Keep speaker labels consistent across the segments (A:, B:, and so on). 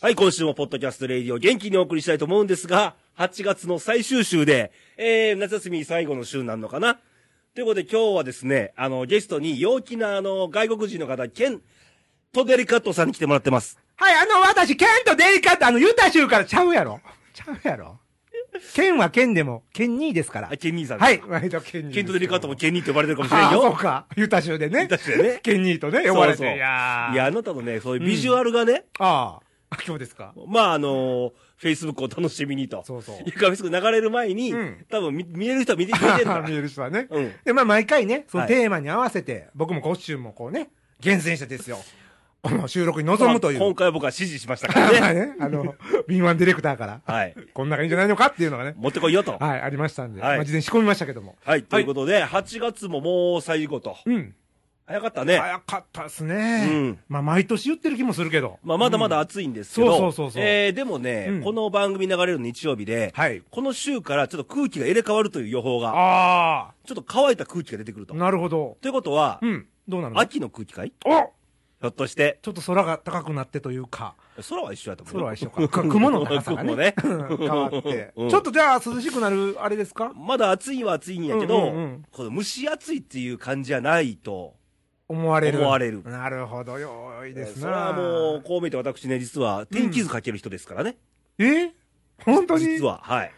A: はい、今週もポッドキャストレイディオ元気にお送りしたいと思うんですが、8月の最終週で、えー、夏休み最後の週なんのかなということで今日はですね、あの、ゲストに陽気なあの、外国人の方、ケントデリカットさんに来てもらってます。
B: はい、あの、私、ケンとデリカット、あの、ユタ州からちゃうやろ。ちゃうやろ。ケンはケンでも、ケン2ですから。
A: あ、ケン兄さん。
B: はい、。割とケン2。
A: ケントデリカットもケン兄って呼ばれてるかもしれ
B: あ
A: ん
B: あ、
A: よ。
B: そうか。ユタ州でね。
A: ユタ州でね
B: ケン2とね、呼ばれて。
A: そうそう
B: いやー
A: いや、あなたのね、そういうビジュアルがね、
B: ああ、今日ですか。
A: まあ、あのフェイスブックを楽しみにと。
B: そうそう
A: ゆかみすぐ流れる前に、
B: うん
A: 多分見見える人は見て見てるから。
B: 見える人はね。
A: うん
B: で、まあ、毎回ね、その
A: はい
B: テーマに合わせて、僕もコスチュームもこうね、厳選してですよ。この収録に臨むという。
A: 今回は僕は指示しましたから ね。
B: ね、あの、敏腕ディレクターから、
A: はい。
B: こんながいいんじゃないのかっていうのがね、
A: 持ってこいよと。はい。
B: はい、ありましたんで、
A: はい
B: まあ、事前に仕込みましたけども。
A: ということで、8月ももう最後と。
B: うん。
A: 早かったね。
B: 早かったですね。
A: うん
B: まあ、毎年言ってる気もするけど。
A: まあ、まだまだ暑いんですけど。
B: うんそうそうそうそう
A: えー、でもね、
B: うん
A: この番組流れる日曜日で、
B: はい
A: この週からちょっと空気が入れ替わるという予報が、
B: あ
A: ちょっと乾いた空気が出てくると。
B: あ、なるほど。
A: ということは、
B: うん。どうなの
A: 秋の空気かい
B: お
A: ひょっとして。
B: ちょっと空が高くなってというか、
A: 空は一緒やと思うよ
B: 空は 一緒か。か雲の高さが
A: 雲
B: ね。うん変わって、
A: うん
B: ちょっとじゃあ涼しくなる、あれですか
A: まだ暑いは暑いんやけど、
B: うんうんうん
A: この蒸し暑いっていう感じじゃないと、
B: 思われる。
A: 思われる
B: なるほど、よーいです
A: それ
B: な
A: はもう、こう見て私ね、実は天気図かける人ですからね、
B: え本当に
A: 実は、はい。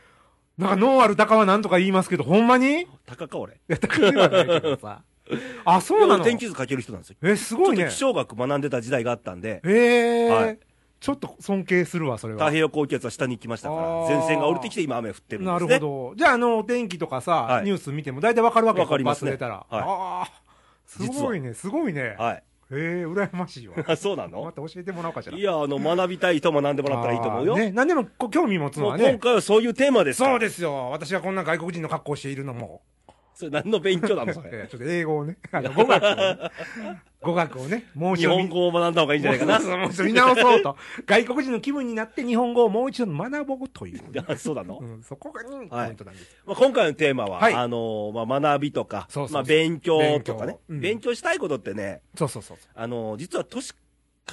B: なんか脳ある鷹はなんとか言いますけど、ほんまにい
A: 高か、俺。
B: や、鷹ではないけどさ。あ、そうなの
A: 天気図かける人なんですよ。
B: え、す
A: ちょ
B: ご
A: っ
B: い
A: と
B: ね
A: 気。象学学んでた時代があったんで、
B: ええ
A: はい
B: ちょっと尊敬するわ、それ
A: 太
B: は。
A: 平洋高気圧は下に行きましたか
B: あ
A: ら、
B: ー
A: 前線が降りてきて今雨降ってるん
B: な
A: です
B: る
A: ね。
B: ほど。じゃあ、あの、お天気とかさ、
A: はい
B: ニュース見ても大体わかるわけ
A: わかりますね
B: パッと出たら。
A: はい
B: ああ、すごいね、すごいね。
A: はい。
B: ええ羨ましいわ。
A: あそうな
B: ま
A: の
B: た教えてもらおうかしら。
A: いや、あの、学びたい人も学んでもらったらいいと思うよ。
B: あーね、何でもこう興味持つの
A: も
B: は
A: う今
B: ね。
A: 回はそういうテーマですから。
B: そうですよ。私がこんな外国人の格好をしているのも。
A: それ何の勉強なのそれ
B: え え。ちょっと英語をね、あ の語学をね、語学をね、もう一
A: 日
B: 度
A: 本
B: 見。
A: 語を学んだ方がいいんじゃないかな。
B: そうそうもう一度見直そうと。外国人の気分になって日本語をもう一度学ぼうという。
A: あそうなの、
B: うん、そこがねポ
A: はい
B: イントなんです。
A: まあ、今回のテーマは、
B: はい
A: あのーまあ、学びとか、
B: そうそうそう
A: まあ、勉強とかね
B: 勉強うん
A: 勉強したいことってね、
B: そうそうそうそ
A: あのー実は年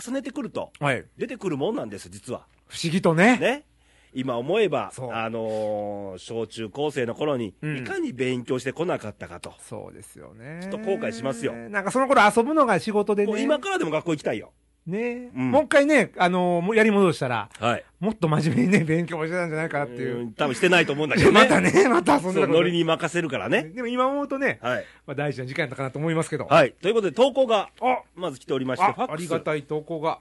A: 重ねてくると、
B: う。はい。
A: 出てくるもんなんです、実は。
B: 不思議とね。
A: ね。今思えば、
B: そう
A: あのー小中高生の頃に、
B: うん
A: いかに勉強してこなかったかと。
B: そうですよね。
A: ちょっと後悔しますよ
B: なんかその頃遊ぶのが仕事で
A: もう
B: ね。
A: 今からでも学校行きたいよ。
B: ね、
A: うん
B: もう一回ね、あのーもうやり戻したら、
A: はい。
B: もっと真面目に ね、勉強してたんじゃないかなっていう。
A: 多分してないと思うんだけ
B: いや
A: どね。
B: またね、また遊ん
A: そ
B: で
A: う、
B: たこと
A: ノリに任せるからね。
B: でも今思うとね、
A: はい。
B: まあ、大事な時間だったかなと思いますけど。
A: はい。ということで、投稿が、
B: あ
A: まず来ておりまして、ファッ
B: あ
A: クス。
B: ありがたい投稿が。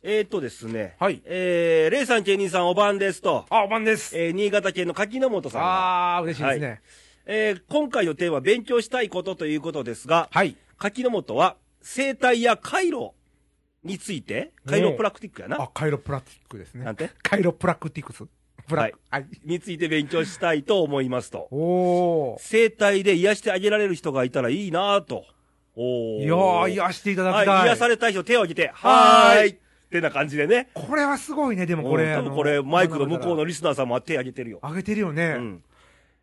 A: えー、とですね。
B: はい
A: えー、レイさん、ケニーさん、おばんですと。
B: あ、おばんです。
A: えー、新潟県の柿の本さんが、
B: あー、嬉しいですね。
A: えー今回のテーマは勉強したいことということですが、
B: はい。
A: 柿の本は生態や回路について、回路プラクティックやな
B: あ、、カイロプラクティックですね。
A: なんて
B: カイロプラクティクス。プラク、はい。
A: について勉強したいと思いますと。
B: おー。
A: 生態で癒してあげられる人がいたらいいなぁと。おー
B: いやー、癒していただきたい。
A: はい、癒されたい人手を挙げて、はーい
B: はーい
A: ってな感じでね。
B: これはすごいね、でも
A: こ
B: これ。
A: れ、多
B: あ
A: 分
B: の
A: これ、マイクの向こうの。リスナーさんも手挙げてるよ。
B: 上げてるよね。
A: うん。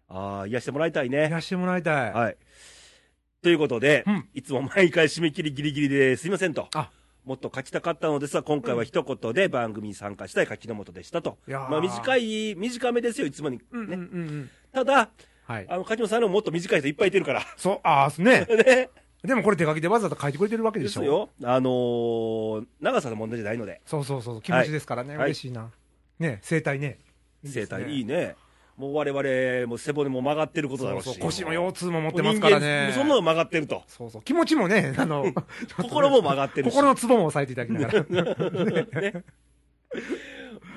A: ああ、癒してもらいたい
B: い
A: ね。
B: らしてもらいたい。
A: はい。ということで、
B: うん
A: いつも毎回締め切りギリギリですいませんと。
B: あ、
A: もっと書きたかったのですが、今回は一言で番組に参加したい書きの元でしたと。
B: いやー
A: まあ短い、短めですよ、いつもに。ね。
B: うんうんうんうん。
A: ただ、
B: はい。
A: あの、柿本さんのもっと短い人いっぱいいてるから。
B: そう、あーすね。
A: ね。
B: でもこれ手書きでわざと書いてくれてるわけで
A: で
B: し
A: す
B: ょ。
A: よ。あのー長さの問題じゃないので、
B: そうそうそう。気持ちですからね。
A: はい
B: 嬉しいな。ね、生体ね。
A: 生態い
B: い
A: いね。もう我々、もう背骨も曲がってることだろ
B: そうう
A: し。
B: そう。腰も腰痛も持
A: 持
B: ってますからね。
A: そんなの曲がってると。
B: そうそう。気持ちもね、 あの、
A: 心も曲がってるし。
B: 心のツボも押さえていただき ながら。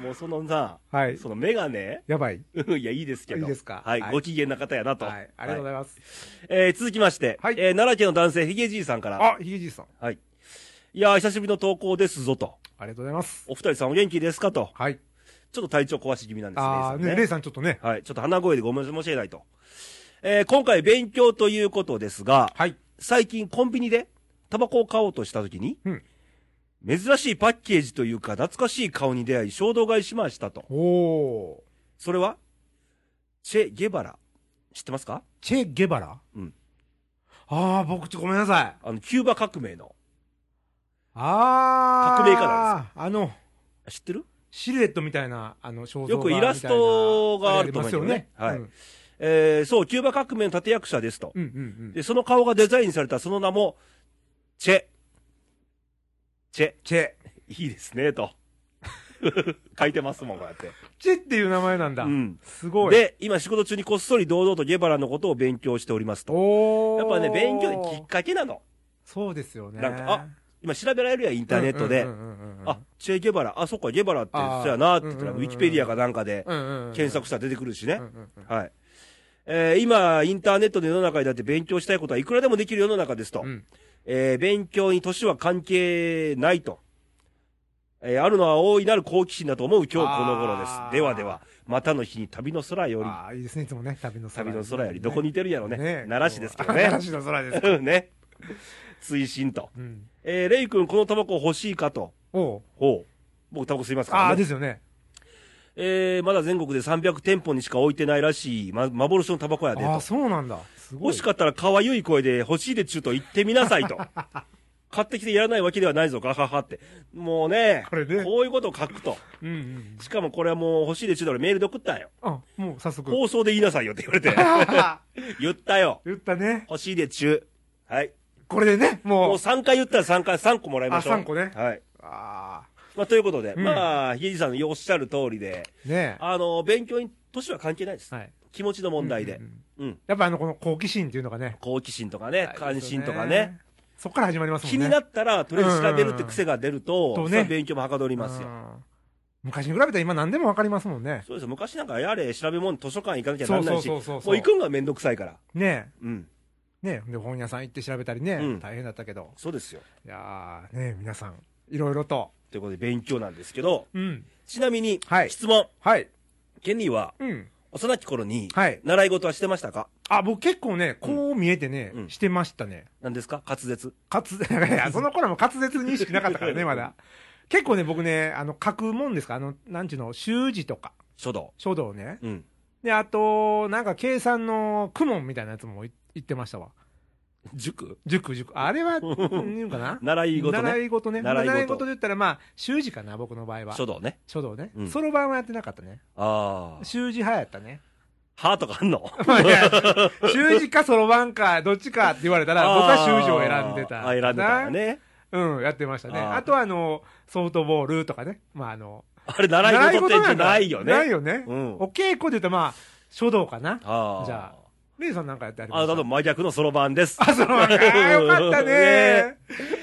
A: もうそのさ、
B: はい
A: そのメガネ
B: やばい。
A: いや、いいですけど。
B: いいですか
A: はい。
B: はい
A: ご機嫌な方やなと。
B: はい。ありがとうございます。
A: えー続きまして、
B: はい
A: えー奈良県の男性、ヒゲじいさんから。
B: あ、ひげじいさん。
A: はい。いやー、久しぶりの投稿ですぞと。
B: ありがとうございます。
A: お二人さんお元気ですかと。
B: はい。
A: ちょっと体調壊し気味なんですね。
B: あ
A: い
B: ー
A: つも
B: ね、レイさんちょっとね。
A: はい。ちょっと鼻声でごめん申し訳ないと。えー今回勉強ということですが、
B: はい。
A: 最近コンビニでタバコを買おうとしたときに、
B: うん
A: 珍しいパッケージというか懐かしい顔に出会い衝動買いしましたと。
B: おー。
A: それは、チェ・ゲバラ。知ってますか
B: チェ・ゲバラ
A: うん。
B: ああ、僕ちょ、ごめんなさい。
A: あの、キューバ革命の。
B: ああ。
A: 革命家なん
B: あの、
A: あ知ってる
B: シルエットみたいな、あの、肖像画
A: よくイラストがあると思う
B: みたいなあれあ
A: は
B: りますよね。
A: い
B: うん
A: えーそう、キューバ革命の立役者ですと。
B: うんうんうん。
A: で、その顔がデザインされたその名も、チェ。チェ。
B: チェ。
A: いいですね、と。 書いてますもん、こうやって。
B: チェっていう名前なんだ。
A: うん
B: すごい。、
A: で、今仕事中にこっそり堂々とゲバラのことを勉強しておりますと。
B: おー
A: やっぱね、勉強のきっかけなの。
B: そうですよね。
A: なんかあ今調べられるやん、インターネットで。
B: うんうんうんうん、
A: あ、チェ・ゲバラ、あ、そっか、ゲバラって、
B: あー
A: そうやなって言ったら、
B: うん
A: ウ
B: うんうん
A: ィキペディアかなんかで
B: うんうんうん、
A: 検索したら出てくるしね
B: うん。うんうん
A: はい。えー今、インターネットの世の中にだって勉強したいことはいくらでもできる世の中ですと。
B: うん
A: えー勉強に年は関係ないと。えーあるのは大いなる好奇心だと思う今日この頃です
B: あ。ー
A: ではでは、またの日に旅の空より、
B: ああ、いいですね、いつもね、旅の空
A: 旅の空よりどこにいてるやろね。
B: ね
A: 奈良市ですけどね。
B: 奈良市の空です。
A: うんね。推進と。
B: うん。
A: えーレイ君、このタバコ欲しいかと。
B: おう
A: ほう。僕タバコ吸いますから
B: ああ、で
A: ね。
B: すよね。
A: えーまだ全国で300店舗にしか置いてないらしい、ま、幻のタバコ屋で
B: ああ、
A: と。
B: そうなんだ。すごい。
A: 欲しかったら可愛い声で欲しいでちゅうと言ってみなさい と。買ってきてやらないわけではないぞ、ガハハって。もうね、
B: これね
A: こういうことを書くと。
B: うんうん。
A: しかもこれはもう欲しいでちゅうと俺メールで送ったんよ。
B: あ、もう早速。
A: 放送で言いなさいよって言わ れて。言ったよ。
B: 言ったね。
A: 欲しいでちゅう。はい。
B: これでね、
A: も
B: も
A: う
B: う。
A: 3回言ったら3回、3個もらいましょう。
B: あ三個ね
A: はい。
B: あ
A: まあ、ということで、
B: うん
A: まあ、ひげじさんのおっしゃる通りで、
B: あ。ね
A: あの、勉強に、年は関係ないです
B: え。。はい。
A: 気持ちの問題で。
B: う
A: うんん
B: うんうんやっぱあの、この好奇心っていうのがね。
A: 好奇心とかね、関心とかね。。
B: そっから始まりますもんね。
A: 気にな
B: っ
A: ったら、とりあえず調べるって癖が出ると、
B: うんうんうん
A: それは
B: とね
A: 勉強もはかどり
B: て
A: ますよ。。
B: 昔に比べたら今何でもわかりますもんね。
A: そうですよ。昔なんかやれ、調べ物図書館行かなきゃな
B: そ
A: ら
B: う
A: な
B: そ
A: いうし、
B: そ
A: も
B: うそう。
A: う行くんがめんどくさいから。
B: ね
A: うん。
B: え。ねえ。で、本屋さん行って調べたりね。
A: うん
B: 大変だったけど。
A: そうですよ。
B: いやー、ねえ、皆さん、いろいろと。
A: ということで、勉強なんですけど、
B: うん。
A: ちなみに、
B: はい
A: 質問。
B: はい。
A: ケニーは、
B: うん。
A: 幼き頃に、
B: はい
A: 習い事はしてましたか
B: あ、僕結構ね、こう見えてね、
A: うん
B: してましたね。
A: 何ですか滑舌。
B: 滑 舌、い や、その頃も滑舌認識なかったからね、まだ。結構ね、僕ね、あの、書くもんですか、あの、なんちゅうの、習字とか、
A: 書道。
B: 書道ね。
A: うん。
B: で、あと、なんか、計算の公文みたいなやつもい言ってましたわ。
A: 塾
B: 塾、塾。あれ は、言うんかな
A: 習い事
B: 習
A: ね。
B: い事ね。
A: 習い事
B: 習い事で言ったら、まあ、習字かな、僕の場合は。
A: 書道ね。
B: 書道ね
A: う。ん
B: そろばんはやってなかったね。
A: ああ。
B: 習字派やった ね。
A: 歯とかあんの
B: まあいや、習字かそろばんか、どっちかって言われたら、僕は習字を選んでた。
A: あー選んでたからね。
B: うん、やってましたね。
A: あー
B: あとは、あの、ソフトボールとかね。まあ、あの、
A: あれ、習い事って
B: 習んだ
A: ないよね。
B: ないよね。
A: うん
B: お稽古で言うと、まあ、書道かな。
A: ああ。
B: じゃあレイさんなんかやってあり
A: あな
B: ました
A: たの真逆のそろばんです。
B: あ、その、あーよか ったね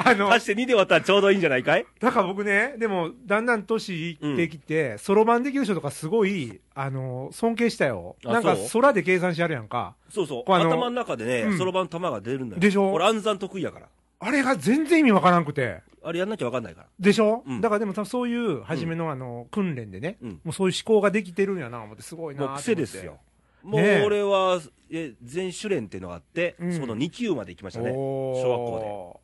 B: あの、
A: 足して2で割ったらちょうどいいんじゃないかい
B: だから僕ね、でも、だんだん年いってきて、そろばんできる人とかすごい、あの、尊敬したよ。
A: あ
B: なんか
A: そう、
B: 空で計算してあるやんか。
A: そうそう。
B: こうあの
A: 頭の中で
B: う
A: ね、
B: ん
A: そろばんの玉が出るんだよ。
B: でしょ
A: 俺暗算得意やから。
B: あれが全然意味わからんくて。
A: あれやんなきゃわかんないから。
B: でしょ、
A: うん
B: だからでも多分そういう初めのあの訓練でね、
A: うん
B: もうそういう思考ができてるんやな思ってすごいなと
A: もう
B: 思って
A: 癖ですよ。。もう
B: ねえ
A: 俺は、え、全主練っていうのがあって、
B: うん
A: その2級まで行きましたね。
B: おー
A: 小学校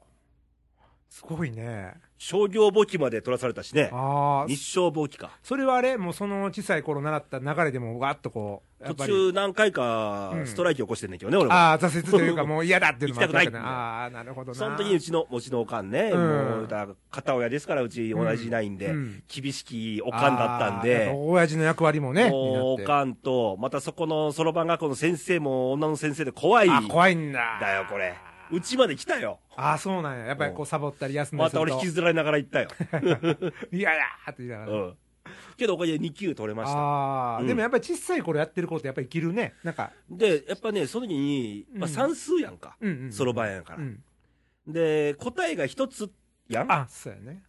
B: すごいね。
A: 商業簿記まで取らされたしね。
B: ああ
A: 日、照簿記か。
B: それはあれ、もうその小さい頃習った流れでもうわっとこう、やっ
A: 途
B: ぱり。
A: 中何回か
B: うん
A: ストライキ起こしてんねんけどね、俺も。
B: ああ、挫折というかも う嫌だっていうのもあったわけ
A: 行きたくない
B: ああ、なるほどな。
A: その時にうちの、もちのおかんね、
B: うん
A: もう、だから片親ですから、うち同じないんで、
B: うん
A: 厳しきおかんだったんで
B: あーやぱ、親父の役割もね、
A: もう、お
B: 担って
A: かんと、またそこのそろばん学校の先生も女の先生で怖い
B: あ、怖いんだ。
A: だよ、これ。うちまで来たよ。
B: ああ、そうなんや。やっぱりこう、サボったり休んだ
A: ま
B: りす
A: た
B: ると。
A: 俺引きずられながら行ったよ。
B: いやいやーって言いながら
A: う
B: ね。
A: ん。けどおかげで2級取れました。
B: ああ、
A: うん
B: でもやっぱり小さい頃やってることやっぱり生きるね。なんか、
A: で、やっぱね、その時に、まあ、
B: うん
A: 算数やんか。
B: うんうん
A: そろばんやから
B: う。ん。
A: で、答えが一つやん。
B: あ、そうやね。
A: ね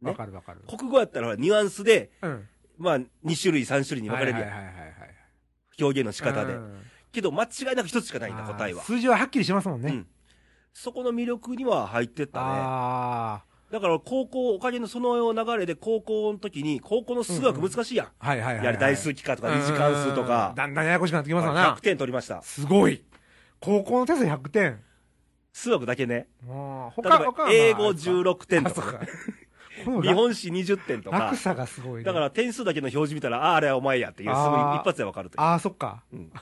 B: わかるわかる。
A: 国語やったらほらニュアンスで、
B: うん。
A: まあ、2種類、3種類に分かれるやん。
B: はいはいはいはいはい。
A: 表現の仕方で
B: う。ん
A: けど、間違いなく一つしかないんだ、
B: あー
A: 答えは。
B: 数字ははっきりしますもん
A: う
B: ね。
A: ん。そこの魅力には入ってったね。
B: あ
A: だから高校、おかげのその流れで高校の時に、高校の数学難しいやん。
B: あ、はいはいはいはい。
A: やれ、大数期かとか、二次関数と
B: う
A: か
B: ん。だんだんややこしくなってきますわ
A: 100
B: な。
A: 点取りました。
B: すごい。高校のテスト100点。
A: 数学だけね。
B: もう、
A: 例え
B: 他、
A: ば
B: 他はまあ、
A: 英語16点
B: あ
A: と
B: そう
A: か。
B: か。この
A: 日本史20点とか
B: 落、差がすごい、ね。
A: だから点数だけの表示見たら、ああー、あれはお前やっていう、すぐに
B: あー
A: 一発でわかるという。
B: ああ、そっか。
A: うん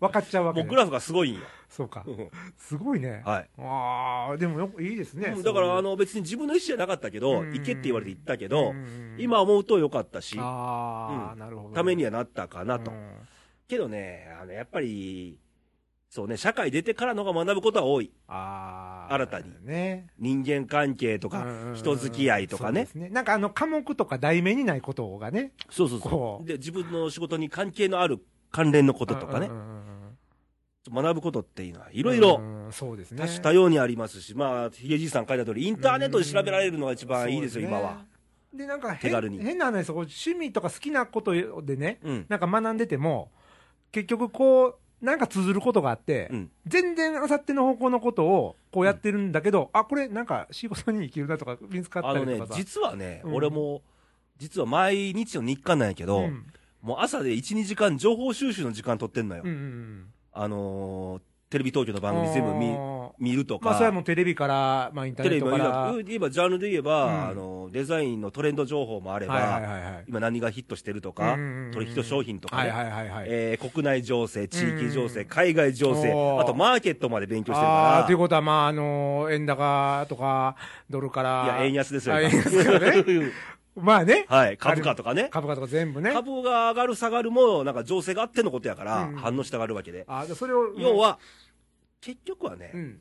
B: 分かっちゃうわけ
A: も
B: ね、
A: うグラフがすごいんよ。
B: そうか
A: う。ん
B: すごいね。
A: はい。
B: ああ、でもよくいいですね。
A: だから、あ
B: の、
A: の、別に自分の意思じゃなかったけど、
B: うん
A: 行けって言われて行ったけど
B: うんうん、
A: 今思うと良かったし、
B: ああ、
A: うん
B: なるほど、
A: ためにはなったかなと
B: う。ん
A: けどね、あの、やっぱり、そうね、社会出てからの方が学ぶことは多い。
B: ああ。
A: 新たに
B: ね。
A: 人間関係と
B: うんうんう
A: か
B: ん、
A: 人付き合いとか
B: そう
A: ね
B: で。すなんかあの、科目とか題名にないことがね。
A: そうそうそ
B: こ
A: う。
B: う
A: で、自分の仕事に関係のある関連のこととかね
B: うんう、んうんうん
A: 学ぶことっていうのは、いろい
B: うん
A: ろ
B: うんうん。そうですね。
A: 多種多様にありますし、まあ、ひげじいさん書いた通り、インターネットで調べられるのが一番いいですよ、
B: そうね
A: 今は。。
B: で、なんか
A: 手
B: 変、
A: 軽に
B: 変な話、そこ趣味とか好きなことでね、
A: うん。
B: なんか学んでても、結局こう、なんか綴ることがあって、
A: うん。
B: 全然あさっての方向のことをこうやってるんだけど、あ、これなんか仕事に生きるなとか見つかっ
A: あ
B: た
A: の
B: り
A: ね
B: と、かさ。
A: 実はね、
B: うん
A: 俺も、実は毎日の日課なんやけど、
B: うん
A: もう朝で1、2時間情報収集の時間取ってんのよ。
B: うんうん
A: あのーテレビ東京の番組全部
B: あ
A: 見
B: ー
A: 見るとか。
B: まあ、それはもうテレビから、まあ、インター
A: テ
B: ネ
A: レ
B: ッ
A: ビ
B: ト
A: も
B: か
A: 見
B: ら。
A: なく言えば、ジャンルで言えば、
B: うん
A: あの、デザインのトレンド情報もあれば、
B: はいはいはいはい。
A: 今何がヒットしてるとか、
B: うんうんうんうん
A: 取引と商品とか
B: は
A: ね、
B: いはいはいはい。
A: えー国内情勢、地域情勢、
B: うん
A: 海外情勢
B: お、ー
A: あとマーケットまで勉強してる
B: ああー、
A: か、
B: ということは、まあ、あのー円高とか、ドルからら。
A: いや、円安ですよ、
B: あ円安
A: 今
B: ですよまあね、
A: はい、株価とかね。
B: 株価とか全部ね。
A: 株が上がる下がるも、なんか情勢があってのことやから、
B: うん
A: 反応したがるわけで。
B: あーそれを。
A: 要、は、結局はね、
B: うん。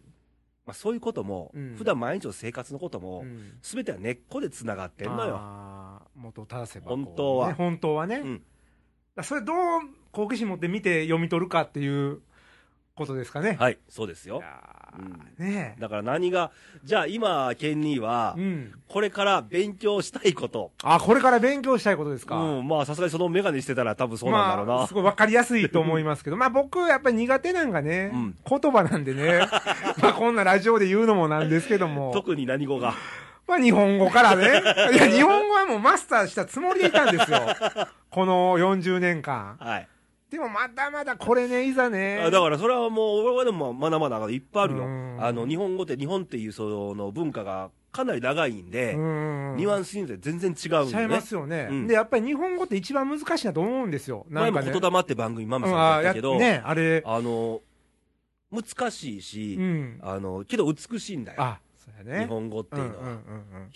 A: まあ、そういうことも、
B: うん
A: 普段毎日の生活のこと
B: う
A: も、
B: ん。
A: すべては根っこで繋がってんのよ。
B: あー元を正せばこうね。
A: 本当は
B: 本当はね。
A: うん
B: だからそれどう好奇心持って見て読み取るかっていうことですかね。
A: はい、そうです
B: い
A: よ。
B: やーねえ。
A: だから何が、じゃあ今、ケンニーは
B: う、ん。
A: これから勉強したいこと。
B: あ、これから勉強したいことですか。
A: うん、まあさすがにそのメガネしてたら多分そうなんだろうな。
B: まあ、すごい分かりやすいと思いますけ ど、まあ僕、やっぱり苦手なんかね、
A: うん
B: 言葉なんで ね、まあこんなラジオで言うのもなんですけども、
A: 特に何語が。
B: まあ日本語か らね、いや、日本語はもうマスターしたつもりでいたんですよ。この40年間。
A: はい。
B: でもまだまだこれね、いざね
A: あ。だからそれはもう、俺はでも学ばなあかんいっぱいあるよ
B: う。ん
A: あの、日本語って日本っていうその文化がかなり長いんで、
B: うん。
A: ニュアンスによって全然違うん
B: ち
A: で
B: ゃ
A: ね。
B: いますよね、
A: うん
B: で、やっぱり日本語って一番難しいなと思うんですよ。な
A: 前
B: ん
A: も
B: かね。
A: 言霊って番組マム
B: う
A: さん
B: ん
A: だ
B: あ
A: っ
B: ーや
A: た
B: っ
A: けど、
B: ね、あれ。
A: あの、難しいし、
B: うん。
A: あの、けど美しいんだよ。
B: あ、そうやね。
A: 日本語っていうのは。
B: うんうんうん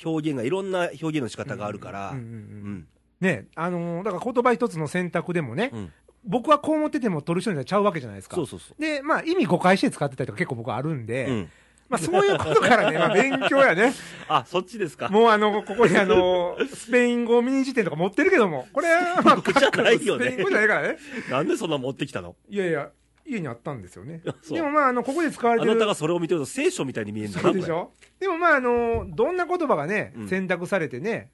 A: 表現がいろんな表現の仕
B: う
A: 方
B: ん
A: があるから、
B: う
A: うん
B: うん
A: んうん
B: ね、あのーだから言葉一つの選択でもね、
A: うん
B: 僕はこう思ってても取る人にはちゃうわけじゃないですか。
A: そうそうそう。
B: で、まあ意味誤解して使ってたりとか結構僕はあるんで、
A: うん
B: まあそういうことからね、まあ勉強や ね。
A: あ、そっちですか。
B: もうあの、ここにあのースペイン語ミニ辞典とか持ってるけども、これはまあ、
A: 語じゃないよね
B: スペイン語じゃないからね。
A: なんでそんな持ってきたの
B: いやいや、家にあったんですよね。
A: そう
B: でもまああの、ここで使われ
A: あ
B: て
A: な
B: る
A: た。がそれを見てると聖書みたいに見えるんだな、
B: そうでしょでもまああのーどんな言葉がね
A: うん、
B: 選択されてね、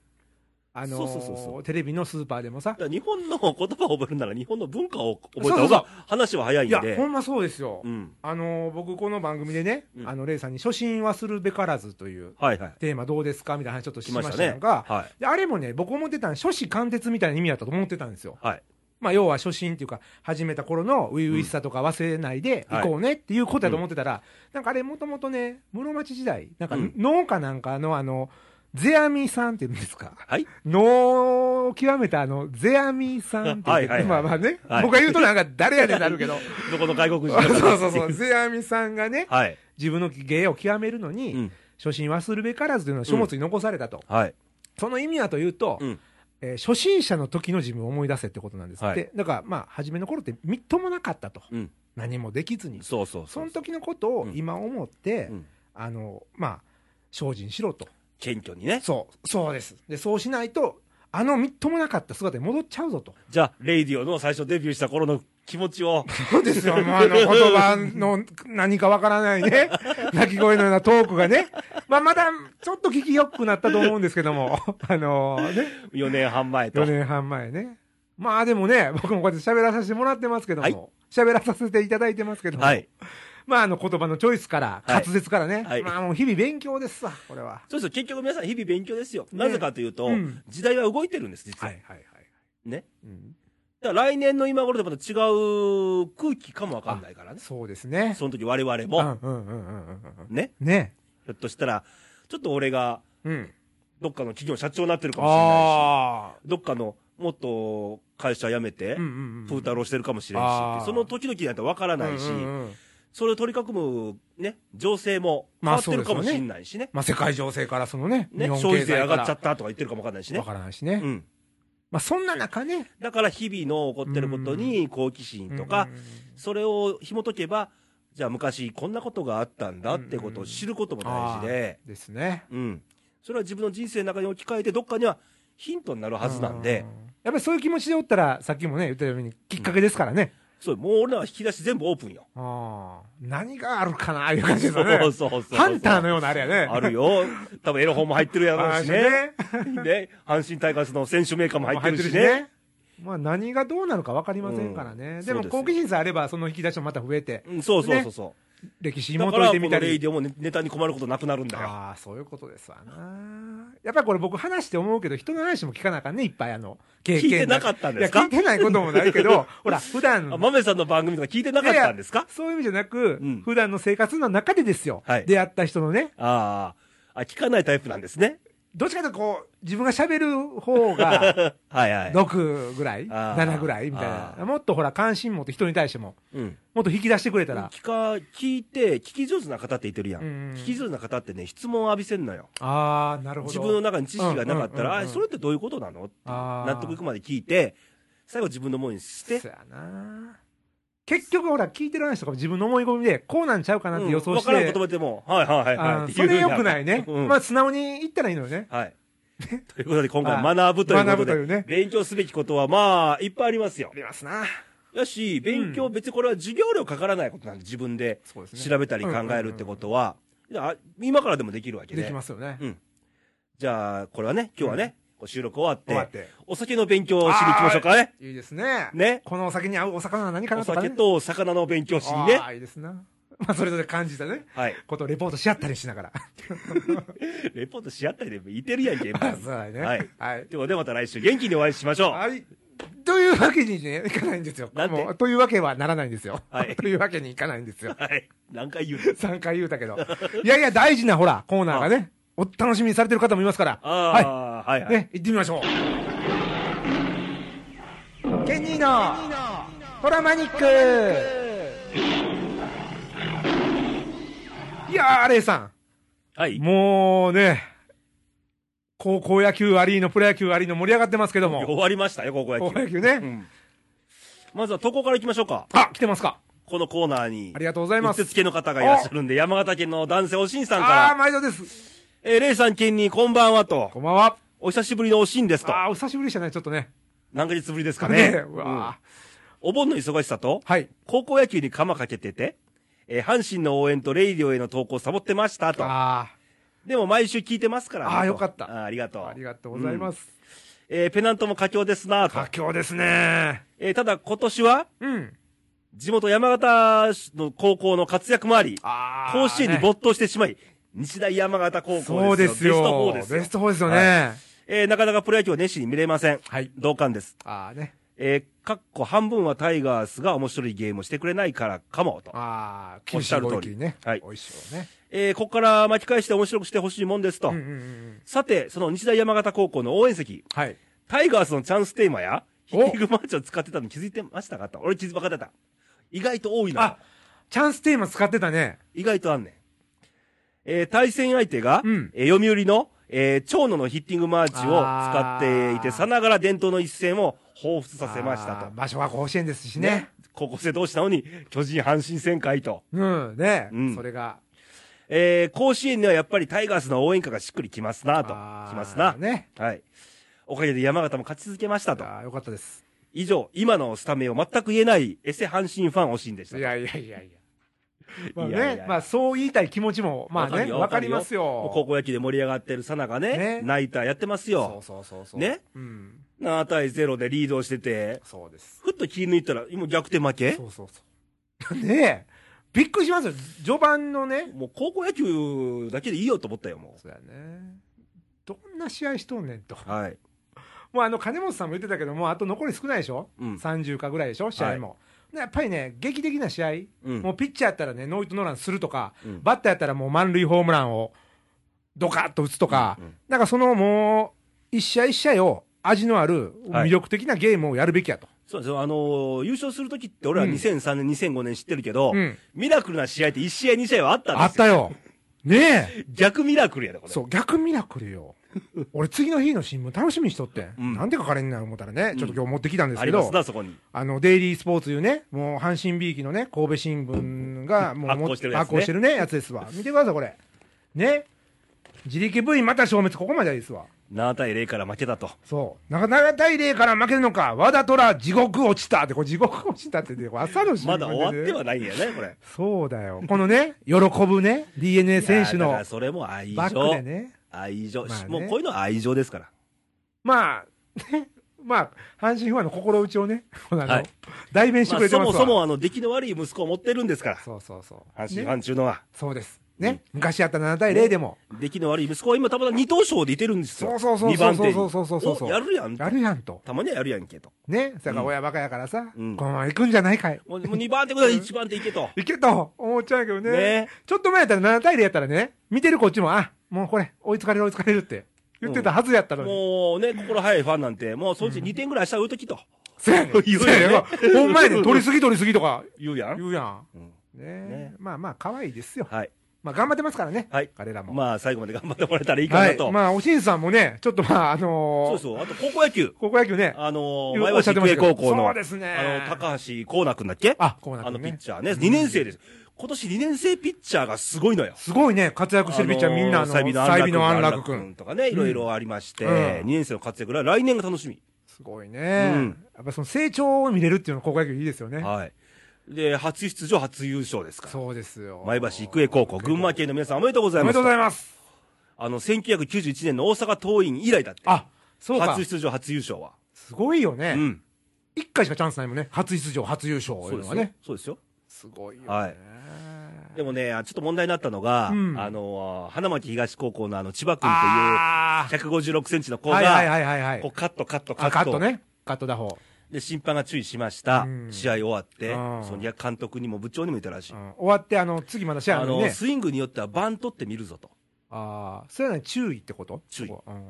B: あのー
A: そうそうそうそ
B: テレビのスーパーでもさ
A: こ、れだから日本の言葉を覚えるなら日本の文化を覚え
B: そ
A: た方
B: うそうそう
A: が話は早いん
B: い
A: で。
B: や、ほんまそうですよ。
A: うん。
B: あのー僕、この番組でね、
A: うん
B: あのレイさんに初心はするべからずという
A: はいはい。
B: テーマ、どうですかみたいな話ちょっと
A: 来
B: しま
A: ま
B: し
A: したた
B: の
A: ね。
B: が、
A: は
B: であれもね、僕思ってたのは、初始貫徹みたいな意味だったと思ってたんですよ。
A: い。はい。
B: まあ、要は初心っていうか、始めた頃の初々しさとか忘れないで
A: うん
B: 行こうねっていうことだと思ってたら、なんかあれ、もともとね、室町時代、なんか
A: うん
B: 農家なんかの、あの、ゼアミさんっていうんですか。
A: はい。
B: 農を極めたあの、ゼアミさんって言っ
A: は
B: て
A: いはいはい
B: まあまあね、
A: はい
B: 僕が言うとなんか誰やねんってなる けど、
A: どこの外国人
B: そう
A: だから
B: そうそう、世阿弥さんがね、
A: はい。
B: 自分の芸を極めるのに、
A: うん。
B: 初心忘るべからずというのは書物に残されたと、
A: はい。
B: その意味はというと、
A: うん
B: えー初心者の時の自分を思い出せってことなんですって、
A: はい
B: だから、まあ、初めの頃ってみっともなかったと、
A: うん。
B: 何もできずに、
A: そうそうそ。
B: そうの時のことを
A: うん
B: 今思って、
A: うん
B: あのまあ、精進しろと、
A: 謙虚にね。
B: そう、そうです、でそうしないと、あのみっともなかった姿に戻っちゃうぞと。
A: じゃあ、レイディオの最初デビューした頃の気持ち を、
B: そうですよ。もうあの言葉の何かわからな いね、鳴き声のようなトークがね。まあまだちょっと聞きよくなったと思うんですけども、 あのね、
A: 4年半前と
B: 4。年半前ね。まあでもね、僕もこうやって喋らさせてもらってますけど
A: はい
B: も、喋、らさせていただいてますけども、
A: はい。
B: まああの言葉のチョイスから、
A: はい
B: 滑舌からね、
A: はい
B: まあもう日々勉強ですわ、これは。
A: そうですよ結局皆さん日々勉強ですよ。
B: ね
A: なぜかというと、
B: うん
A: 時代は動いてるんです、実は。
B: はいはい。
A: ね。
B: うん、
A: だから来年の今頃でまた違う空気かもわかんないからね。
B: そうですね。
A: その時我々
B: うんう
A: も、
B: んうんうんうんうん
A: ね。
B: ね。
A: ひょっとしたら、ちょっと俺が
B: うん。
A: どっかの企業の社長になってるかもしれない
B: ああ。
A: し、どっかのもっと会社辞めて、
B: うんうんうん
A: プー太郎してるかもしれんし
B: あー、
A: その時々だとわからないし、
B: うんうんうん
A: それを取り囲むね、情勢も変
B: ま
A: わ
B: あ
A: ってるかも
B: そうです
A: し
B: よね
A: れないしね。
B: まあ、世界情勢からそのね、
A: ね、
B: 日本
A: 消費
B: 経
A: 税
B: 済
A: 上
B: か
A: がっちゃっ
B: ら
A: たとか言ってるかもわからないしね
B: わ。からないし
A: う
B: ね。
A: ん。
B: まあ、そんな中ね。
A: だから日々の起こってることに好奇心とか
B: うん、うんうん
A: それを紐解けば、じゃあ昔こんなことがあったんだってことを知ることも大事で、
B: ですね。
A: うん。それは自分の人生の中に置き換えて、どっかにはヒントになるはずなんで
B: う、やっぱりそういう気持ちでおったら、さっきもね、言ったように、きっかけですからね。
A: そう、もう俺らは引き出し全部オープンよ。
B: ああ。何があるかな、いう感じです
A: そ
B: よね。
A: うそうそうそう。
B: ハンターのようなあれやね。
A: ある よ。多分エロ本も入ってるやろうしね。
B: あー。
A: ね。阪神タイガースの選手メーカーも入ってるし
B: 入って
A: ね。
B: るしねまあ何がどうなるか分かりませんからね。
A: うん
B: で
A: そう
B: も
A: です
B: 好奇心さえあれば、その引き出しもまた増えて、
A: うんそうそうそうそう。
B: 歴史
A: だ
B: 紐
A: か
B: 解
A: ら、
B: い
A: こ
B: てみ
A: の
B: た
A: レイ
B: り。
A: ディオもネタに困ることなくなるんだよ。
B: ああ、そういうことですわな。やっぱりこれ僕話して思うけど、人の話も聞かなあかんね、いっぱいあの、経験
A: 聞いてなかったんですか
B: いや、聞いてないこともない けど、ほら、普段
A: あ、豆さんの番組とか聞いてなかったんですか
B: そういう意味じゃなく、
A: うん
B: 普段の生活の中でですよ、
A: はい
B: 出会った人のね、
A: ああ。あ、聞かないタイプなんですね。
B: どっちかというとこう、自分が喋る方が
A: はいはい。
B: 6ぐらい、
A: あー
B: 7ぐらいみたい
A: あー
B: な、もっとほら、関心持って人に対しても、
A: うん。
B: もっと引き出してくれたら、
A: 聞か、聞いて、聞き上手な方って言ってるやん。
B: うんうん
A: 聞き上手な方ってね、質問を浴びせんのよ。
B: ああ、なるほど。
A: 自分の中に知識がなかったら、
B: うんうんうんうん
A: あそれってどういうことなのって
B: あー
A: 納得いくまで聞いて、最後自分のものにして
B: そ、やな結局ほら、聞いてる話とかも自分の思い込みで、こうなんちゃうかなって予想して、
A: うんわからん言葉でも、はいはいはい、
B: あ
A: は
B: ー
A: い。
B: それ良くないね。
A: うん
B: まあ、素直に言ったらいいのよね。
A: はい。ということで、今回
B: はい
A: 学ぶというこ
B: 学
A: と
B: ぶと
A: で、
B: いうね
A: 勉強すべきことは、まあ、いっぱいありますよ
B: あ。りますな。
A: やし、勉強、別にこれは授業料かからないことなんで、自分で
B: そうですね
A: 調べたり考えるってことは、あ今からでもできるわけで。
B: できますよね。
A: うん。じゃあ、これはね、今日はね、こう収録終わって
B: 終わって
A: お酒の勉強をしに行きましょうかね。
B: いいですね。
A: ね
B: このお酒に合うお魚は何か
A: お
B: なとか、ね。
A: 酒と魚の勉強しにね
B: あ。あ、いいですな。まあ、それぞれ感じたね。
A: はい。
B: ことをレポートし合ったりしながら。
A: レポートし合ったりでもいてるやんけ、今。
B: あそうだね。
A: はい。
B: はい。
A: ということで、また来週元気にお会いしましょう。
B: はい。というわけにね、いかないんですよ。
A: なんて
B: もうというわけはならないんですよ。
A: はい
B: というわけにいかないんですよ。
A: はい。何回言うの
B: 3回言うたけど。 いやいや、大事なほら、コーナーがね、お楽しみにされてる方もいますから。は
A: ああ、はい
B: い。
A: はい。
B: ね、行ってみましょう。ケニーの、トラマニックいやー、レイさん。
A: はい。
B: もうね、高校野球ありの、プロ野球ありの盛り上がってますけども、
A: 終わりましたよ、高校野
B: 高校
A: 球
B: 野。球
A: う
B: ね。
A: ん。まずは投稿から行きましょうか。
B: あ、来てますか。
A: このコーナーに。
B: ありがとうございま
A: う
B: す
A: って。つけの方がいらっしゃるんで、山形県の男性おしんさん
B: ああー、
A: から、
B: 毎度です。
A: えー、レイさん県にこんばんはと
B: こ、んばんは。
A: お久しぶりのおしんですと、
B: ああ、お久しぶりでしたね、ちょっとね。
A: 何ヶ月ぶりですかね。
B: ねう
A: うん
B: わ
A: お盆の忙しさと
B: ー、はい。
A: 高校野球に鎌かけてて、えー阪神の応援とレイディオへの投稿サボってましたと。
B: あ
A: でも毎週聞いてますからねと。
B: あーよかった
A: あーありがとう。。
B: あ、ありがとうございますす。
A: えーペナントも佳境ですなと
B: 佳。境ですね。
A: えーただ今年は、
B: うん。
A: 地元山形市の高校の活躍もあり、
B: ああ。
A: 甲子園に
B: ね
A: 没頭してしまい、日大山形高
B: そ
A: 校
B: う
A: で
B: ですす
A: よ。
B: よ。
A: ベスト4ですよ。
B: ベスト4ですよ
A: はい
B: ね。
A: えーなかなかプロ野球を熱心に見れません。
B: はい。
A: 同感です。
B: ああね。
A: えーかっこ半分はタイガースが面白いゲームをしてくれないからかも、と。
B: あ
A: お
B: あ、
A: っ
B: 厳し
A: しゃ
B: い
A: る
B: ご
A: 通り
B: 意見ね。
A: はい
B: おいしょうね。
A: えーここから巻き返して面白くしてほしいもんですと。
B: うんうんうん。
A: さて、その日大山形高校の応援席、
B: はい。
A: タイガースのチャンステーマや、ヒ
B: お
A: ッティングマーチを使ってたの気づいてましたかと。俺気づかってた。意外と多いな
B: あ。、チャンステーマ使ってたね。
A: 意外とあんねん。えー対戦相手が、
B: うん
A: えー読売の、えー長野のヒッティングマーチを使っていて、
B: あー
A: さながら伝統の一戦を彷彿させました
B: あー
A: と。
B: 場所は甲子園ですしね。
A: 高校生同士なのに、巨人阪神戦会と。
B: うん、ね、
A: うん
B: それが。
A: えー甲子園にはやっぱりタイガースの応援歌がしっくりきますなと。き
B: あー
A: ますな。
B: ね。
A: はい。おかげで山形も勝ち続けましたと。
B: ああ、よかったです。
A: 以上、今のスタメンを全く言えないエセ阪神ファンおしんでした
B: い。やいやいや いや。まあね、
A: いやいや
B: まあそう言いたい気持ちも、まあね、
A: よ
B: わかりますよ。
A: もう高校野球で盛り上がってるさながね、
B: ね
A: ナイターやってます
B: そ
A: よ
B: う。そうそうそう。
A: ね。
B: うん。
A: 7対0でリードしてて、
B: そうです。
A: ふっと気抜いたら、今逆転負け
B: そうそうそう。 ねえ。びっくりしますよ。序盤のね。
A: もう高校野球だけでいいよと思ったよ、も
B: そうやね。どんな試合しとんねんと。
A: う。はい。
B: もうあの、金本さんも言ってたけども、あと残り少ないでしょ
A: うん。
B: ?30 かぐらいでしょ試合も。ねやっぱりね、劇的な試合、
A: うん
B: もうピッチャーやったらね、ノーイットノーランするとか、
A: うん
B: バッターやったらもう満塁ホームランをドカッと打つとか、なんかそのもう、一試合一試合を味のある
A: はい
B: 魅力的なゲームをやるべきやと。
A: そうですよ。あのー優勝するときって俺は
B: うん
A: 2003年、2005年知ってるけど、
B: うん
A: ミラクルな試合って1試合、2試合はあったんですよ。
B: あったよ。ねえ。
A: 逆ミラクルやで、これ。
B: そう、逆ミラク ルよ。俺、次の日の新聞楽しみにしとって。
A: うん
B: なんで書かれんな思ったらね、ちょっと今日持ってきたんです
A: あ
B: け
A: りま
B: ど
A: す、な、そこに。
B: あの、デイリースポーツいうね、もう阪神びいきのね、神戸新聞が、もう
A: 発行してるやつね
B: 発行してるね、やつです わ。見てください、これ。ね。自力部員また消滅、ここまでですわ。
A: 7対0から負けたと。
B: そう。なんか7対0から負けるのか、和田虎、地獄落ちたって、これ地獄落ちたってね、これ朝の新聞
A: まだ終わっ
B: でね
A: てはないんやね、これ。
B: そうだよ。このね、喜ぶね、DNA 選手
A: いやだ
B: の
A: からそれも愛
B: バックで
A: 情。
B: ね。
A: 愛情、
B: まあね
A: もうこういうのは愛情ですから。
B: まあ、ねまあ、阪神ファンの心打ちをね、 あの、
A: はい
B: 代弁して
A: ま
B: くれ
A: あ、
B: て
A: そ
B: ます
A: も
B: わ、
A: そも、あの、出来の悪い息子を持ってるんですから。
B: そうそうそう。
A: 阪神
B: ね
A: ファン中のは。
B: そうです。ね、昔あった7対0でも、
A: 出来の悪い息子は今たまた二等賞でいてるんですよ。
B: そうそうそう
A: 二番手に
B: そうそうそうそうそう
A: おやるやんと。
B: やるやんと。
A: たまにはやるやんけと。
B: ね、それから親バカやからさ、
A: うん
B: このまま行くんじゃないかい。
A: もうもう二番手ぐらい一番手いけと。
B: 行けと思っちゃうけどね
A: ね
B: ちょっと前やったら7対0やったらね、見てるこっちも、あ、もうこれ、追いつかれる追いつかれるって言ってたはずやったのに。
A: もうね、心早いファンなんて、もうそのうち2点ぐらいしたら打っときと。
B: そうやねん。
A: 言うよ
B: そう
A: ね
B: やね ん。ほんまやねん。取りすぎ取りすぎとか
A: 言うやん。
B: 言うやん。
A: うん
B: ね
A: ね
B: まあまあ、可愛いですよ。
A: はい。
B: まあ、頑張ってますからね。
A: はい
B: 彼らも。
A: まあ、最後まで頑張ってもらえたらいいか
B: は
A: ないと。。
B: まあ、おしんさんもね、ちょっとまあ、あのー
A: そうそう。あと、高校野球。
B: 高校野球ね、
A: あのー、
B: おっ
A: 前
B: しゃって
A: 橋
B: ま
A: 育英
B: したけど
A: 高校の、
B: そうですね
A: あの、高橋光成くんだっけ
B: あコーナー
A: あ
B: 君
A: の、ピッ
B: ね
A: チャーね。2年生です。今年2年生ピッチャーがすごいのよ。
B: すごいね、活躍してるピッチャー、みんな、あの、
A: サイビの
B: サイビの安
A: 安
B: 楽
A: 楽
B: 君
A: 君とかね、いろいろありまして、
B: うん
A: 2年生の活躍が来年が楽しみ。
B: すごいね、
A: うん
B: やっぱその成長を見れるっていうのは高校野球いいですよね。
A: はい。で、初出場、初優勝ですから。
B: そうですよ。
A: 前橋育英高校、群馬県の皆さんおめでとうござ
B: お
A: い
B: め
A: ま。
B: ですとうございます。
A: あの、1991年の大阪桐蔭以来だって。
B: あ、そうか
A: 初。出場、初優勝は。
B: すごいよね
A: う。ん。
B: 一、回しかチャンスないもんね。初出場、初優勝いうのは
A: よ
B: ね。。
A: そうですよ。
B: すごいよね。
A: はいでもね、あちょっと問題になったのが、
B: うん
A: あの、花巻東高校のあの、千葉君
B: あ
A: っていう、156センチの子
B: はいはいは
A: が、
B: いはいはい
A: こう、カット、カット、カ
B: あ
A: ット。
B: カットね。カット打法。
A: で、審判が注意しました。
B: うん
A: 試合終わって
B: うん、
A: その、いや監督にも部長にも言ったらしい。
B: うん終わって、あの、次まだ試合あ
A: あ
B: るの
A: の、
B: にね。
A: スイングによってはバントって見るぞと。
B: ああ、それはね、注意ってこと
A: 注意
B: そこうん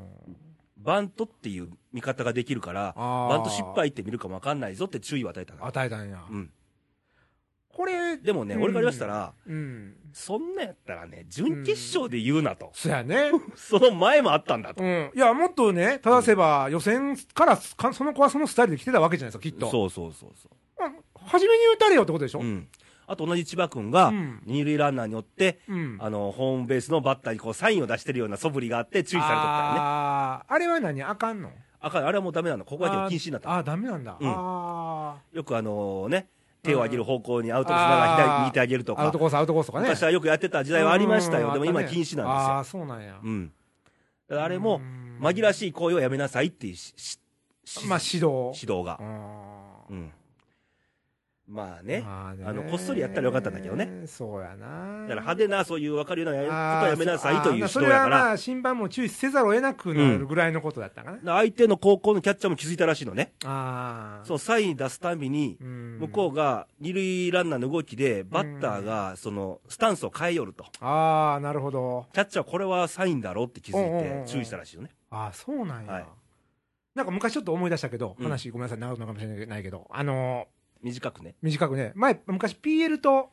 A: バントっていう見方ができるから、
B: あー
A: バント失敗って見るかもわかんないぞって注意を与えたの
B: 与えたんや。
A: うん。
B: これ、
A: でもね、
B: うん
A: 俺から言わせたら、
B: うん。
A: そんなんやったらね、準決勝で言うなと。
B: そやね。
A: その前もあったんだと。
B: うん。いや、もっとね、正せば、予選からか、その子はそのスタイルで来てたわけじゃないですか、きっと。
A: そうそうそうそ
B: うん。初めに打たれよってことでしょ
A: う。うん。あと同じ千葉君が
B: うん、
A: 二塁ランナーによって、
B: うん。
A: あの、ホームベースのバッターにこう、サインを出してるような素振りがあって注意されとったよね。
B: あーあれは何あかんの
A: あかん、あれはもうダメなの。ここだけは禁止になったの
B: あーあー、ダメなんだ。
A: うん
B: あ
A: よくあのね、手を上げる方向にアウ
B: あ。
A: トにしながら左
B: あー
A: にいてあげると
B: ア
A: か
B: ウト、コース、アウトコースとかね。
A: 昔はよくやってた時代はありました
B: う
A: よ。
B: ん
A: でも今禁止
B: あ
A: なんで
B: あ、そうなんや。
A: すよ。うん。だからあれも、紛
B: 紛
A: らわしい行為はやめなさいっていうし、しし
B: まあ、指導。
A: 指導が
B: う。ん
A: うん。まあね。
B: まあね
A: あのこっそりやったらよかったんだけどね。
B: そうやな。
A: だから派手な、そういう分かるようなやること
B: あ
A: はやめなさいという指
B: あ
A: 導
B: そ
A: や
B: れ
A: か
B: はま
A: ら。
B: あ、審判も注意せざるを得なくなるぐらいのことだったかな。
A: 相手の高校のキャッチャーも気づいたらしいのね。
B: ああ。
A: そう、サイン出すたびに、
B: うん
A: 向こうが二塁ランナーの動きで、バッターがそのスタンスを変えよると。
B: ああ、なるほど。
A: キャッチャーこれはサインだろうって気
B: うんうんうん
A: づ
B: う
A: い
B: ん
A: て注意したらしいよね。
B: ああ、そうなんや。
A: はい
B: なんか昔ちょっと思い出したけど、
A: うん
B: 話ごめんなさい、長くなるかもしれないけど、あの
A: 短くね。
B: ー短くね、前、昔 PL と、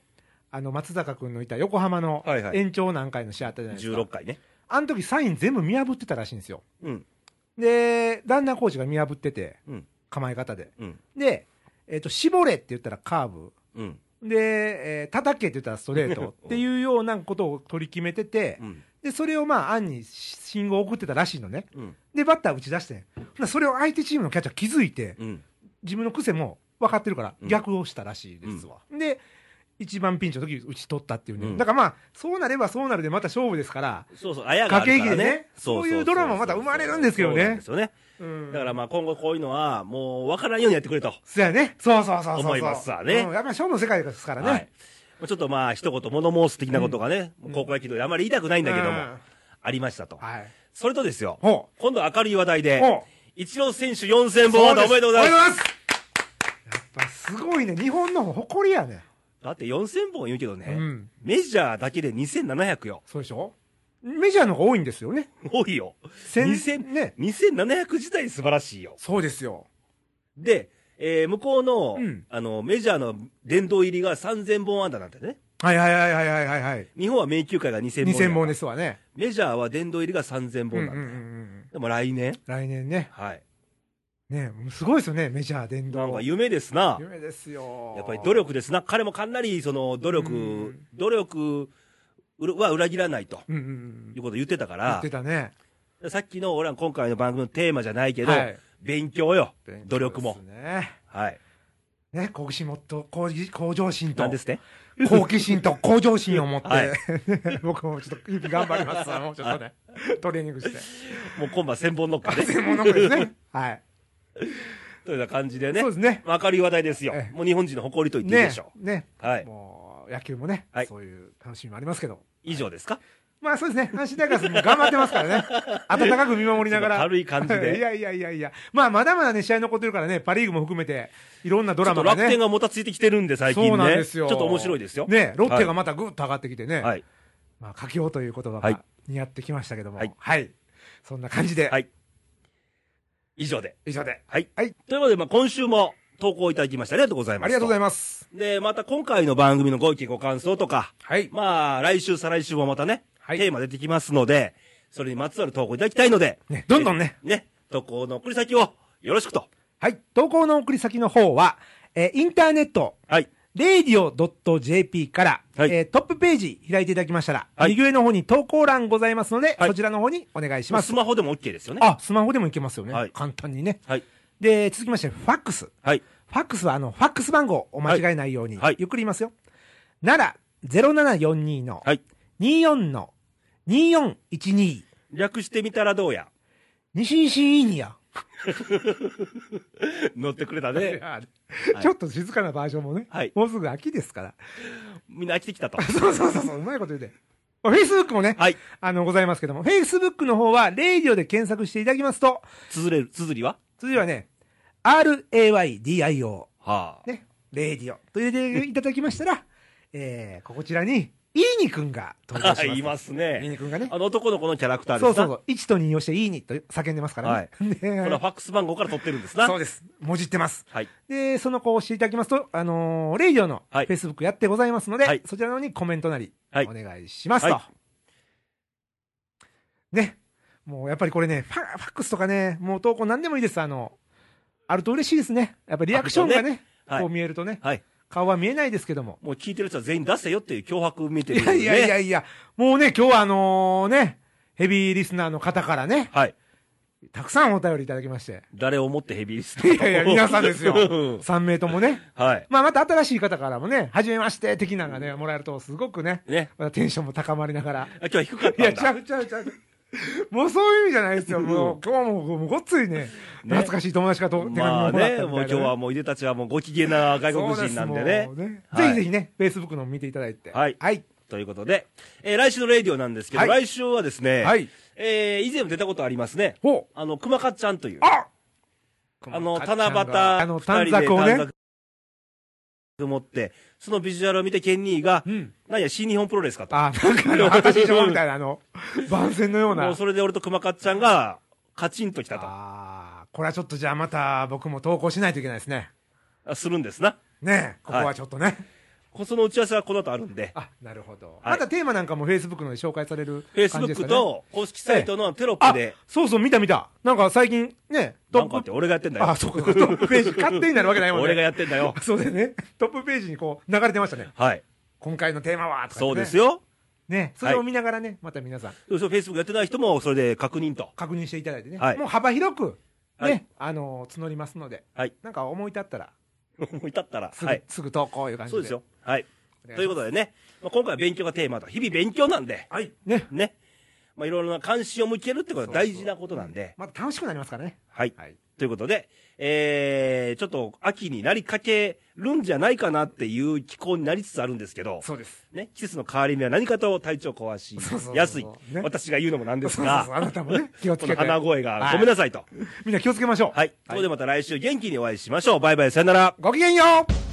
B: あの、松坂君のいた横浜の
A: はいはい
B: 延長何回の試合あったじゃないですか。
A: 16回ね。
B: あの時サイン全部見破ってたらしいんですよ。
A: うん。
B: で、ランナーコーチが見破ってて、
A: うん。
B: 構え方で。
A: うん。
B: で、えっ、と、絞れって言ったらカーブ。
A: うん。
B: で、えー叩けって言ったらストレートっていうようなことを取り決めてて
A: う、ん。
B: で、それをまあ、案に信号を送ってたらしいのね。
A: うん。
B: で、バッター打ち出してん。ほなそれを相手チームのキャッチャー気づいて、
A: うん。
B: 自分の癖も分かってるから、
A: うん
B: 逆をしたらしいですわ。で、一番ピンチの時打ち取ったっていうね。
A: うん
B: だからまあ、そうなればそうなるでまた勝負ですから、
A: そうそう、あやがあるから、ね。
B: 駆け引きでねそういうドラマまた生まれるんですけどね
A: そうなんですよね。
B: うん
A: だからまあ今後こういうのは、もう分からんようにやってくれと。
B: そうやね。そうそうそうそうそう。
A: 思いますわね
B: うんやっぱり勝負の世界ですからね。
A: はい。まあちょっとまあ一言物申す的なことがね、もう高校野球であまり言いたくないんだけども、
B: うん
A: ありましたと。
B: はい。
A: それとですよ、
B: ほ
A: 今度明るい話題
B: う。ほ
A: で、
B: う。
A: 一郎選手4000本安打おめでとうございます。
B: す。やっぱすごいね。日本の誇りやね。
A: だって4000本言うけどね、
B: うん
A: メジャーだけで2700よ。
B: そうでしょメジャーの方が多いんですよね。
A: 多いよ。
B: 千
A: 2000
B: ね。
A: 2700自体素晴らしいよ。
B: そうですよ。
A: で、えー向こうの、
B: うん
A: あの、メジャーの殿堂入りが3000本安打なんてね。
B: はいはいはいはいはいはいはい。
A: 日本は名球会が2000本。
B: 2000本ですわね。
A: メジャーは殿堂入りが3000
B: うん
A: 本
B: うん
A: な
B: うんん
A: だ
B: う
A: よ、
B: ん。
A: でも来年
B: 来年ね。
A: はい。
B: ね、すごいですよね、メジャー殿堂。
A: なんか夢ですな。
B: 夢ですよ。
A: やっぱり努力ですな。彼もかなり、その、努
B: う
A: 力
B: ん、
A: 努力は裏切らないと。
B: うんうんうん
A: い。うこと言ってたか
B: 言
A: ら
B: って、たね。
A: さっきの俺ら今回の番組のテーマじゃないけど、
B: はい
A: 勉強よ。努力も
B: 勉強ですね。
A: はい。
B: ね、好奇心もっと、向向上心と
A: なん、ですね。
B: 好奇心と向上心を持って、
A: はい
B: ね 僕もちょっと、頑張 りますわもうちょっとね、トレーニングして。
A: もう今晩千本ノッ クね。
B: 専門の子ですね。はい。
A: というような感じでね
B: そう。ですね。
A: 明るい話題ですよ
B: え。え
A: もう日本人の誇りと言っていい
B: ね
A: でしょ
B: ね。
A: う。はい。
B: もう、野球もね、
A: はい
B: そういう楽しみもありますけど。
A: 以上ですか
B: まあそうですね、阪神タイガースも頑張ってます からね。温かく見守りながら。
A: 軽い感じ
B: い
A: で。
B: やいやいやいや。まあまだまだね、試合残ってるからね、パリーグも含めて、いろんなド
A: ちょ
B: ラ
A: っと
B: マが
A: 楽
B: ね。
A: 天がもたついてきてるんで、最近ね。
B: そうなんですよ。
A: ちょっと面白いですよ。
B: ね、ロッテがまたぐっと上がってきてね。
A: はい。
B: まあ、佳境という言葉
A: はい
B: が似合ってきましたけども、
A: は
B: はいい。そんな感じで、
A: はい。以上で。
B: 以上で。
A: はい。
B: はい。
A: ということで、まあ、今週も投稿いただきましてありがとうございます。
B: ありがとうござい
A: ま
B: ます。
A: す。で、また今回の番組のご意見ご感想とか、
B: はい。
A: まあ、来週、再来週もまたね、
B: はい
A: テーマ出てきますので、それにまつわる投稿いただきたいので、
B: ね、どんどんね、
A: ね、投稿の送り先をよろしくと。
B: はい。投稿の送り先の方は、えーインターネット、
A: はい。
B: radio.jp から、
A: はい
B: えートップページ開いていただきましたら、
A: はい
B: 右上の方に投稿欄ございますので、
A: はい
B: そちらの方にお願いします。
A: スマホでも OK ですよね。
B: あ、スマホでもいけますよね。
A: はい
B: 簡単にね。
A: はい。
B: で、続きまして、ファックス。
A: はい。
B: ファックスは、あの、ファックス番号お間違えないように、
A: はいはい
B: ゆっくり言いますよ。なら、0742の、
A: はい。
B: 24の2412
A: 略してみたらどうや。
B: 西西イニア。
A: 乗ってくれたね。い
B: ちょっと静かなバージョンもね、
A: はい
B: もうすぐ秋ですから。
A: みんな飽きてきたと。
B: そうそうそうそう、うまいこと言うて。フェイスブックもね、
A: はい。
B: あの、ございますけども、フェイスブックの方は、レイディオで検索していただきますと、
A: 綴れる、綴りは
B: 次はね、RAYDIO、
A: はあ。
B: ね、レイディオと入れていただきましたら、えー、こちらに、イーニくんが 登場します。
A: いますね
B: イーニくんがね。
A: あの男の子のキャラクターです
B: そ
A: な
B: うそうそう、1と2をしてイーニと叫んでますから ね。はい。
A: これはファックス番号から取ってるんですな。
B: そうです。もじってます。
A: はい。
B: で、その子を知っていただきますと、あのーレイディオの
A: はい
B: Facebook やってございますので、
A: はい
B: そちらの方にコメントなり、
A: はい
B: お願いしますと。
A: は
B: ね。もうやっぱりこれね、ファファックスとかね、もう投稿何でもいいです。あの、あると嬉しいですね。やっぱりリアクションがね、
A: はい
B: こう見えるとね、
A: はい。
B: 顔は見えないですけども。
A: もう聞いてる人は全員出せよっていう脅迫見て
B: い
A: る、ね。
B: やいやいやいや、もうね、今日はあのね、ヘビーリスナーの方からね、
A: はい。
B: たくさんお便りいただきま して。
A: 誰をもってヘビーリスト。
B: いやいや、皆さんですよ
A: う
B: 3名ともね。
A: はい。
B: まあ、また新しい方からもね、はじめまして的なのがね、もらえると、すごくね、
A: ね。
B: またテンションも高まりながら。
A: あ今日は低かっ
B: い
A: た
B: や、
A: ん
B: ちゃ
A: だ。
B: うちゃうちゃう。もうそういう意味じゃないですよ。もう、今日ももうごっついね、
A: ね
B: 懐かしい友達からと手紙
A: ま
B: も
A: あ
B: もらっ
A: ね、
B: たみ
A: もう
B: たいなね、
A: 今日はもういでたちはもうご機嫌な外国人なんでね
B: そう。すもう
A: はい
B: ぜひぜひね、Facebook のも見ていただいて。
A: はい
B: はい。
A: ということで、えー来週のレイディオなんですけど、
B: は
A: 来
B: い
A: 週はですね、
B: はい
A: えー以前も出たことありますね。
B: ほう。
A: あの、熊かっちゃんという。
B: あ
A: あの、
B: かっちゃん
A: 七
B: が
A: 夕、
B: あの、
A: 二人
B: 短
A: で
B: 冊をね。
A: 短冊持って、そのビジュアルを見てケンニーが、
B: うん。
A: 何や、新日本プロレスかと。
B: あ、なんかあの、私以上みたいな、あの、番宣のような。
A: もうそれで俺と熊かっちゃんが、カチンときたと。
B: ああ、これはちょっとじゃあまた僕も投稿しないといけないですね。
A: あするんですな。
B: ねえここはちょっとね。
A: こその打ち合わせはこの後あるんで、
B: あ、なるほど。
A: はい
B: またテーマなんかも Facebook ので紹介される感じですか
A: Facebook
B: ね。
A: と公式サイトのテロッ
B: あ
A: プで、、
B: そうそう、見た見た。なんか最近ね、
A: なんかって俺がやってんだよ
B: あ、。そうか、トッ プページ勝手になるわけないもんね。
A: 俺がやってんだ よ。
B: そうだよね。トップページにこう流れてましたね。
A: はい。
B: 今回のテーマは、とか、ね。
A: そうです
B: よ。
A: よ。
B: ね、それを見ながらね、また皆さん
A: そうそう、Facebook やってない人もそれで確認と。
B: 確認していただいてね。
A: はい
B: もう幅広く、ね、
A: はい
B: あのー募りますので、
A: はい。
B: なんか思い立ったら、
A: 思い立ったら。
B: すぐ、
A: はい。
B: すぐ投稿いう感じで。
A: そうですよ。はい。
B: お願いします
A: ということでね、まあ、今回は勉強がテーマと、日々勉強なんで、
B: はい。ね。
A: ね。まあ、いろいろな関心を向けるってことは大事なことなんで、
B: また楽しくなりますからね。
A: はい。
B: はい。
A: ということで、えー、ちょっと秋になりかけるんじゃないかなっていう気候になりつつあるんですけど、
B: そうです。
A: ね、季節の変わり目は何かと体調壊し
B: そうそうそう、
A: やすい
B: ね。
A: 私が言うのもなんです
B: そうそうそうあ
A: が、
B: なたもね、気をつ
A: こ
B: けて。
A: の鼻声が
B: はい
A: ごめんなさいと。
B: みんな気をつけましょう。
A: はい。そこでまた来週元気にお会いしましょう。バイバイ、さよなら。
B: ごきげんよう